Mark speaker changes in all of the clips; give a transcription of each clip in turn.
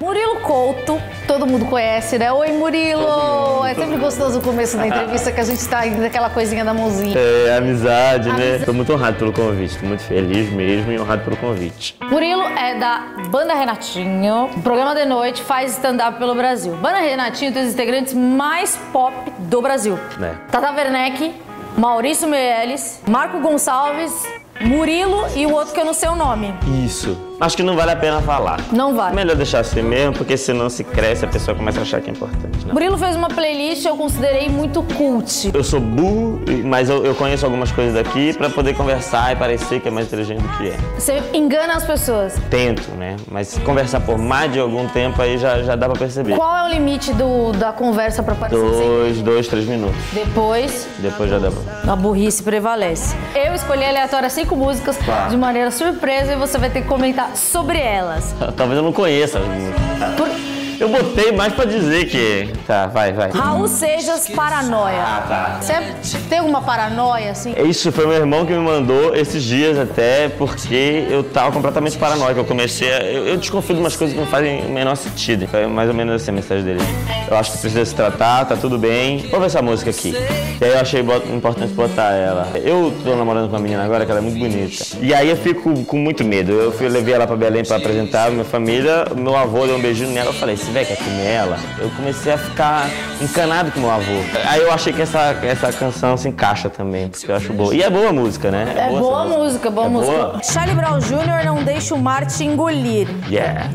Speaker 1: Murilo Couto, todo mundo conhece, né? Oi, Murilo! é sempre gostoso o começo da entrevista que a gente tá ainda naquela coisinha da mãozinha.
Speaker 2: É, amizade, né?
Speaker 1: Amizade.
Speaker 2: Tô muito honrado pelo convite, tô muito feliz mesmo e honrado pelo convite.
Speaker 1: Murilo é da Banda Renatinho, um programa de noite, faz stand-up pelo Brasil. Banda Renatinho tem os integrantes mais pop do Brasil.
Speaker 2: Né.
Speaker 1: Tata Werneck, Maurício Meirelles, Marco Gonçalves, Murilo e o outro que eu não sei o nome.
Speaker 2: Isso. Acho que não vale a pena falar.
Speaker 1: Não vai.
Speaker 2: Melhor deixar assim mesmo, porque senão se cresce a pessoa começa a achar que é importante, né?
Speaker 1: Murilo fez uma playlist que eu considerei muito cult.
Speaker 2: Eu sou burro, e- mas eu, eu conheço algumas coisas aqui pra poder conversar e parecer que é mais inteligente do que é.
Speaker 1: Você engana as pessoas.
Speaker 2: Tento, né? Mas se conversar por mais de algum tempo aí já, já dá pra perceber.
Speaker 1: Qual é o limite do- da conversa pra parecer assim?
Speaker 2: Dois, dois, três minutos.
Speaker 1: Depois,
Speaker 2: Depois já dá bom.
Speaker 1: a burrice prevalece. Eu escolhi aleatória cinco músicas
Speaker 2: Tá.
Speaker 1: de maneira surpresa e você vai ter que comentar sobre elas.
Speaker 2: Talvez eu não conheça. as músicas.
Speaker 1: Por
Speaker 2: Eu botei mais pra dizer que. Tá, vai, vai.
Speaker 1: Raul Seixas, Paranoia.
Speaker 2: tá.
Speaker 1: Você tem alguma paranoia, assim?
Speaker 2: Isso foi meu irmão que me mandou esses dias até, porque eu tava completamente paranoico. Eu comecei a. Eu, eu desconfio de umas coisas que não fazem o menor sentido. Foi mais ou menos assim a mensagem dele. Eu acho que precisa se tratar, tá tudo bem. Ouve essa música aqui. E aí eu achei bot- importante botar ela. Eu tô namorando com uma menina agora que ela é muito bonita. E aí eu fico com muito medo. Eu fui, levei ela pra Belém pra apresentar a minha família. Meu avô deu um beijinho nela. Eu falei, se vê quer comer ela. Eu comecei a ficar encanado com meu avô. Aí eu achei que essa, essa canção se encaixa também, porque eu acho boa. E é boa a música, né?
Speaker 1: É boa
Speaker 2: essa
Speaker 1: música, boa
Speaker 2: É
Speaker 1: música.
Speaker 2: boa?
Speaker 1: Charlie Brown Jr. não deixa o mar te engolir.
Speaker 2: Yeah.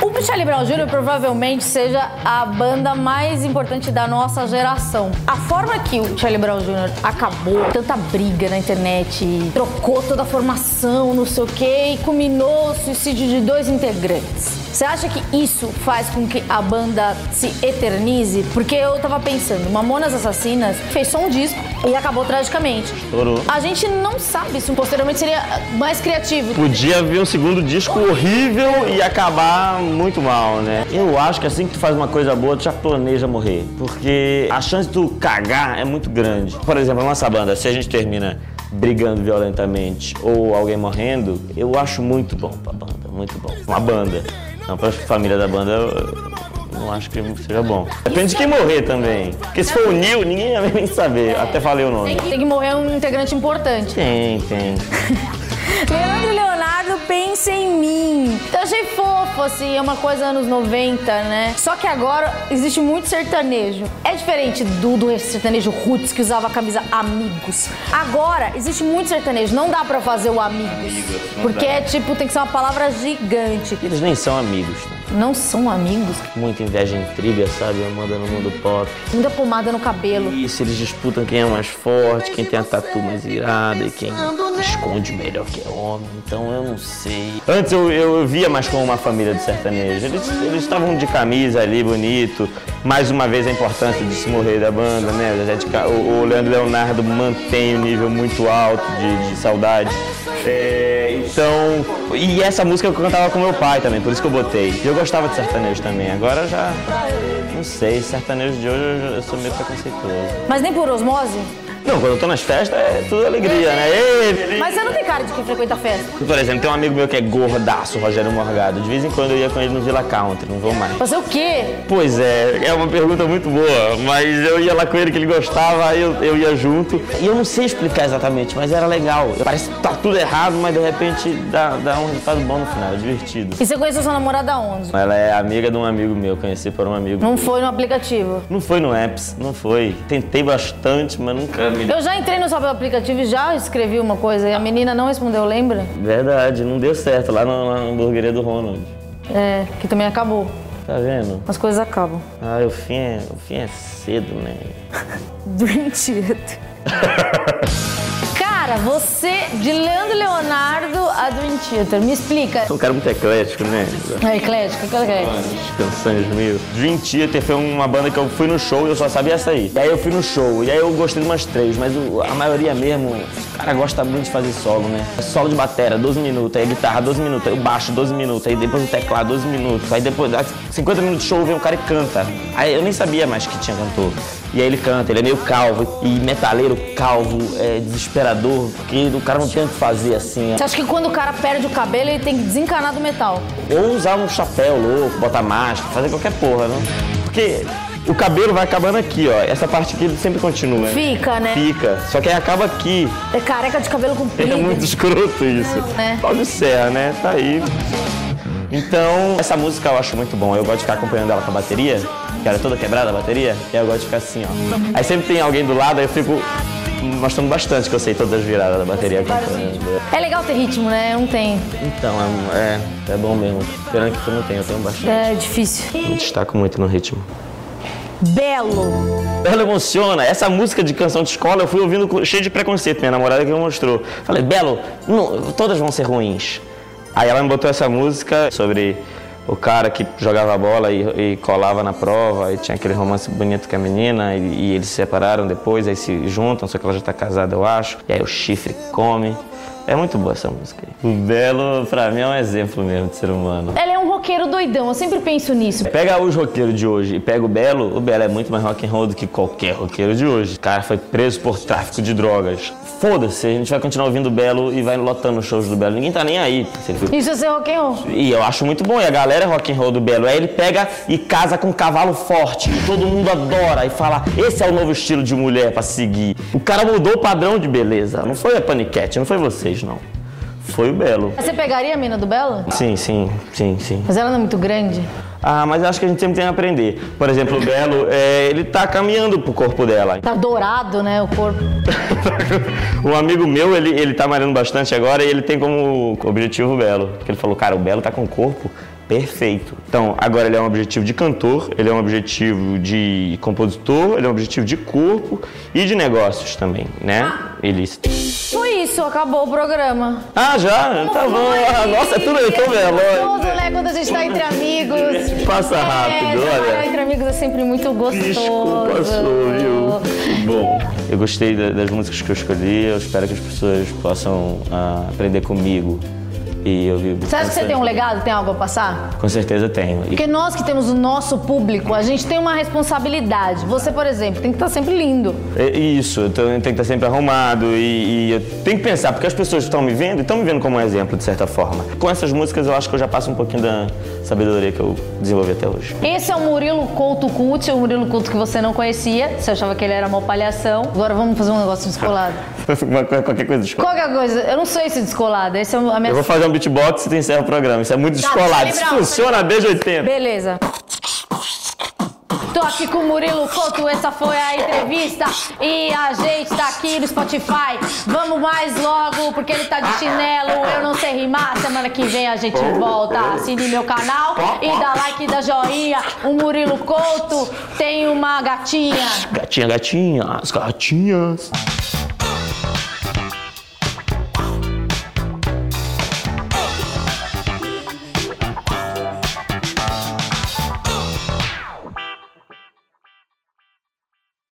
Speaker 1: O Charlie Brown Jr. provavelmente seja a banda mais importante da nossa geração. A forma que o Charlie Brown Jr. acabou, tanta briga na internet, trocou toda a formação, não sei o quê, e culminou o suicídio de dois integrantes. Você acha que isso faz com que a banda se eternize? Porque eu tava pensando, Mamonas Assassinas fez só um disco e acabou tragicamente.
Speaker 2: Estourou.
Speaker 1: A gente não sabe se um posteriormente seria mais criativo.
Speaker 2: Podia vir um segundo disco horrível e acabar muito mal, né? Eu acho que assim que tu faz uma coisa boa, tu já planeja morrer. Porque a chance de tu cagar é muito grande. Por exemplo, a nossa banda, se a gente termina brigando violentamente ou alguém morrendo, eu acho muito bom pra banda, muito bom. Uma banda. Não, pra família da banda, eu eu não acho que seja bom. Depende de quem morrer também. Porque se for o Neil, ninguém ia nem saber. Até falei o nome.
Speaker 1: Tem que- tem que morrer um integrante importante.
Speaker 2: Tem, tem.
Speaker 1: Leandro e Leonardo, pensa em mim. Eu achei fofo, assim, é uma coisa anos 90, né? Só que agora existe muito sertanejo. É diferente do, do sertanejo roots que usava a camisa amigos. Agora existe muito sertanejo, não dá pra fazer o amigos. Porque é tipo, tem que ser uma palavra gigante.
Speaker 2: Eles nem são amigos, né?
Speaker 1: Não são amigos?
Speaker 2: muita inveja e intriga, sabe? Amanda no mundo pop.
Speaker 1: Muita pomada no cabelo.
Speaker 2: Isso, eles disputam quem é mais forte, quem tem a tatu mais irada e quem esconde melhor que é homem. Então eu não sei. Antes eu, eu via mais como uma família de sertanejo. Eles eles estavam de camisa ali, bonito. Mais uma vez a importância de se morrer da banda, né? O Zezé de Ca- O, o Leandro Leonardo mantém o nível muito alto de, de saudade. É, então, e essa música eu cantava com meu pai também, por isso que eu botei. E Eu gostava de sertanejo também, agora já não sei, sertanejo de hoje eu- eu sou meio preconceituoso.
Speaker 1: Mas nem por osmose.
Speaker 2: Não, quando eu tô nas festas é tudo alegria, né? Ei, feliz.
Speaker 1: Mas você não tem cara de quem frequenta festa.
Speaker 2: Por exemplo, tem um amigo meu que é gordaço, Rogério Morgado. De vez em quando eu ia com ele no Vila Country, não vou mais.
Speaker 1: Fazer o quê?
Speaker 2: Pois é, é uma pergunta muito boa, mas eu ia lá com ele que ele gostava, aí eu, eu ia junto. E eu não sei explicar exatamente, mas era legal. Parece que tá tudo errado, mas de repente dá, dá um resultado bom no final, é divertido.
Speaker 1: E você conheceu sua namorada onde?
Speaker 2: Ela é amiga de um amigo meu, conheci por um amigo.
Speaker 1: Não foi no aplicativo.
Speaker 2: Não foi no apps, não foi. Tentei bastante, mas nunca me
Speaker 1: Eu já entrei no seu aplicativo e já escrevi uma coisa e a menina não respondeu, lembra?
Speaker 2: Verdade, não deu certo lá na, na hamburgueria do Ronald.
Speaker 1: É, que também acabou.
Speaker 2: Tá vendo?
Speaker 1: As coisas acabam.
Speaker 2: Ah, o fim é, o fim é cedo, né?
Speaker 1: Doentieto. Cara, Cara, você, de Leandro Leonardo a do Theater, me explica.
Speaker 2: Sou um cara muito eclético, né?
Speaker 1: É eclético, que eclético.
Speaker 2: As canções meio. Dream Theater foi uma banda que eu fui no show e eu só sabia essa aí. E aí eu fui no show, e aí eu gostei de umas três, mas o- a maioria mesmo, o cara gosta muito de fazer solo, né? Solo de bateria, 12 minutos, aí a guitarra, 12 minutos, aí o baixo, 12 minutos, aí depois o teclado, 12 minutos, aí depois, dá 50 minutos de show, vem um cara e canta. Aí eu nem sabia mais que tinha cantor. E aí ele canta, ele é meio calvo, e metaleiro calvo, é desesperador, porque o cara não tem o que fazer assim.
Speaker 1: Você acha que quando o cara perde o cabelo, ele tem que desencanar do metal?
Speaker 2: Ou usar um chapéu louco, botar máscara, fazer qualquer porra, né? Porque o cabelo vai acabando aqui, ó. Essa parte aqui sempre continua. né?
Speaker 1: Fica, né?
Speaker 2: Fica. Só que aí acaba aqui.
Speaker 1: É careca de cabelo comprido.
Speaker 2: É muito escroto isso.
Speaker 1: né?
Speaker 2: Paulo Serra, né? Tá aí. Então, essa música eu acho muito bom. Eu gosto de ficar acompanhando ela com a bateria, que era toda quebrada a bateria, e eu gosto de ficar assim, ó. Aí sempre tem alguém do lado, aí eu fico mostrando bastante que eu sei todas as viradas da bateria acompanhando.
Speaker 1: É legal ter ritmo, né? Não tem.
Speaker 2: Então, é, é, é bom mesmo. Pena que eu não tenho, eu tenho bastante.
Speaker 1: É difícil.
Speaker 2: Me destaco muito no ritmo.
Speaker 1: Belo.
Speaker 2: Belo emociona. Essa música de canção de escola eu fui ouvindo com- cheio de preconceito. Minha namorada que me mostrou. Falei, Belo, não, todas vão ser ruins. Aí ela me botou essa música sobre o cara que jogava bola e, e colava na prova, e tinha aquele romance bonito com a menina, e, e eles se separaram depois, aí se juntam, só que ela já tá casada, eu acho. E aí o chifre come. É muito boa essa música aí. O Belo, pra mim, é um exemplo mesmo de ser humano.
Speaker 1: Ele é um roqueiro doidão, eu sempre penso nisso.
Speaker 2: Pega os roqueiros de hoje e pega o Belo, o Belo é muito mais rock and roll do que qualquer roqueiro de hoje. O cara foi preso por tráfico de drogas. Foda-se, a gente vai continuar ouvindo o Belo e vai lotando os shows do Belo. Ninguém tá nem aí. se ele foi-
Speaker 1: Isso é ser rock and roll.
Speaker 2: E eu acho muito bom, e a galera é rock and roll do Belo. Aí ele pega e casa com um cavalo forte, que todo mundo adora e fala: "Esse é o novo estilo de mulher pra seguir". O cara mudou o padrão de beleza. Não foi a Paniquete, não foi vocês não. Foi o Belo.
Speaker 1: Você pegaria a mina do Belo?
Speaker 2: Sim, sim, sim, sim.
Speaker 1: Mas ela não é muito grande.
Speaker 2: Ah, mas eu acho que a gente sempre tem a aprender. Por exemplo, o Belo, é, ele tá caminhando pro corpo dela.
Speaker 1: Tá dourado, né, o corpo.
Speaker 2: um amigo meu, ele, ele tá malhando bastante agora e ele tem como objetivo o Belo. Porque ele falou, cara, o Belo tá com o corpo perfeito. Então, agora ele é um objetivo de cantor, ele é um objetivo de compositor, ele é um objetivo de corpo e de negócios também, né? Ilícito.
Speaker 1: Foi isso, acabou o programa.
Speaker 2: Ah, já? Tá bom. Ah, Nossa, é tudo eu tô
Speaker 1: gostoso,
Speaker 2: velório.
Speaker 1: né? Quando a gente tá entre amigos.
Speaker 2: Passa rápido,
Speaker 1: é, trabalhar
Speaker 2: olha.
Speaker 1: entre amigos é sempre muito gostoso.
Speaker 2: Desculpa, passou, viu? Bom, eu gostei da- das músicas que eu escolhi, eu espero que as pessoas possam ah, aprender comigo. E eu vi.
Speaker 1: Você acha que você tem um legado, tem algo a passar?
Speaker 2: Com certeza tenho. E
Speaker 1: Porque nós que temos o nosso público, a gente tem uma responsabilidade. Você, por exemplo, tem que estar sempre lindo.
Speaker 2: é isso, eu tenho tenho que estar sempre arrumado e, e eu tenho que pensar, porque as pessoas estão me vendo e estão me vendo como um exemplo, de certa forma. Com essas músicas eu acho que eu já passo um pouquinho da sabedoria que eu desenvolvi até hoje.
Speaker 1: Esse é o Murilo Couto Cult, o Murilo Couto que você não conhecia. Você achava que ele era uma palhação. Agora vamos fazer um negócio descolado.
Speaker 2: Uma coisa- Qualquer coisa descolada.
Speaker 1: Qualquer coisa, eu não sei se descolado. Essa é a minha.
Speaker 2: Eu vou fazer um beatbox e tu encerra o programa. Isso é muito descolado.
Speaker 1: Charlie
Speaker 2: Isso
Speaker 1: Brown,
Speaker 2: funciona desde 80.
Speaker 1: Beleza. Tô aqui com o Murilo Couto, essa foi a entrevista. E a gente tá aqui no Spotify. Vamos mais logo, porque ele tá de chinelo. Eu não sei rimar. Semana que vem a gente volta. Assine meu canal e dá like e dá joinha. O Murilo Couto tem uma gatinha.
Speaker 2: Gatinha, gatinhas, gatinhas.